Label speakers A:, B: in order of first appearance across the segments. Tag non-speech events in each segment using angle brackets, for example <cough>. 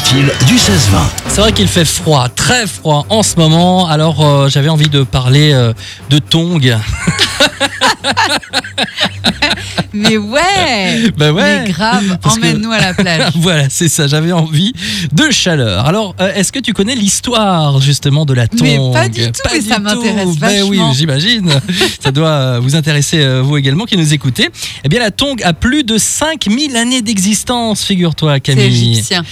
A: fil du 16-20.
B: C'est vrai qu'il fait froid, très froid en ce moment. Alors euh, j'avais envie de parler euh, de
C: <laughs>
B: tongs.
C: Mais
B: <laughs>
C: Ben ouais
B: Bah
C: Mais grave,
B: Parce que- <laughs>
C: emmène-nous à la plage.
B: voilà, c'est ça. J'avais envie de chaleur. Alors, euh, est-ce que tu connais l'histoire justement de la tongue
C: Mais pas du tout, mais
B: du
C: ça m'intéresse
B: Ben oui,
C: vachement. <laughs>
B: j'imagine. ça doit euh, vous intéresser euh, vous également qui nous écoutez. Eh bien, la tongue a plus de 5000 années d'existence, figure-toi,
C: C'est
B: Camille.
C: égyptien.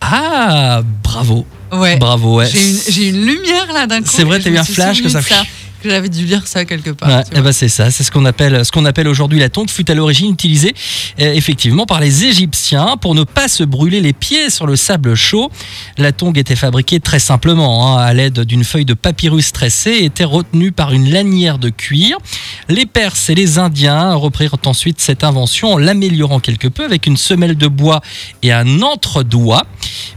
B: Ah, bravo,
C: Ouais.
B: bravo. Ouais.
C: J'ai une, j'ai une lumière là d'un coup.
B: C'est vrai,
C: et je
B: t'as
C: me
B: eu un
C: suis
B: flash
C: souvenu
B: comme
C: de
B: ça.
C: que j'avais dû lire ça quelque part.
B: Ouais,
C: tu
B: eh
C: vois.
B: ben c'est ça, c'est ce qu'on appelle, ce qu'on appelle aujourd'hui la tongue fut à l'origine utilisée euh, effectivement par les Égyptiens pour ne pas se brûler les pieds sur le sable chaud. La tongue était fabriquée très simplement hein, à l'aide d'une feuille de papyrus tressée et était retenue par une lanière de cuir. Les Perses et les Indiens reprirent ensuite cette invention en l'améliorant quelque peu avec une semelle de bois et un entre-doigt.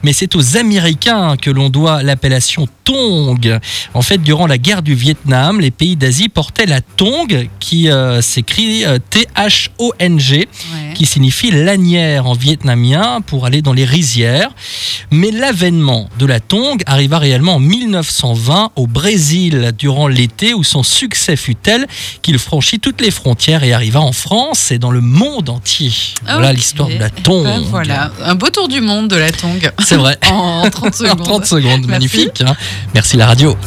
B: Mais c'est aux Américains que l'on doit l'appellation tongue. En fait, durant la guerre du Vietnam, les pays d'Asie portaient la tongue qui euh, s'écrit euh, T-H-O-N-G,
C: Ouais.
B: qui signifie lanière en vietnamien pour aller dans les rizières. Mais l'avènement de la tongue arriva réellement en 1920 au Brésil durant l'été où son succès fut tel qu'il franchit toutes les frontières et arriva en France et dans le monde entier. Voilà
C: Ok.
B: l'histoire de la
C: Ben
B: tongue.
C: voilà, un beau tour du monde de la tongue <laughs>
B: C'est vrai.
C: en 30
B: En
C: secondes.
B: 30 secondes,
C: Merci.
B: magnifique. hein. Merci la radio.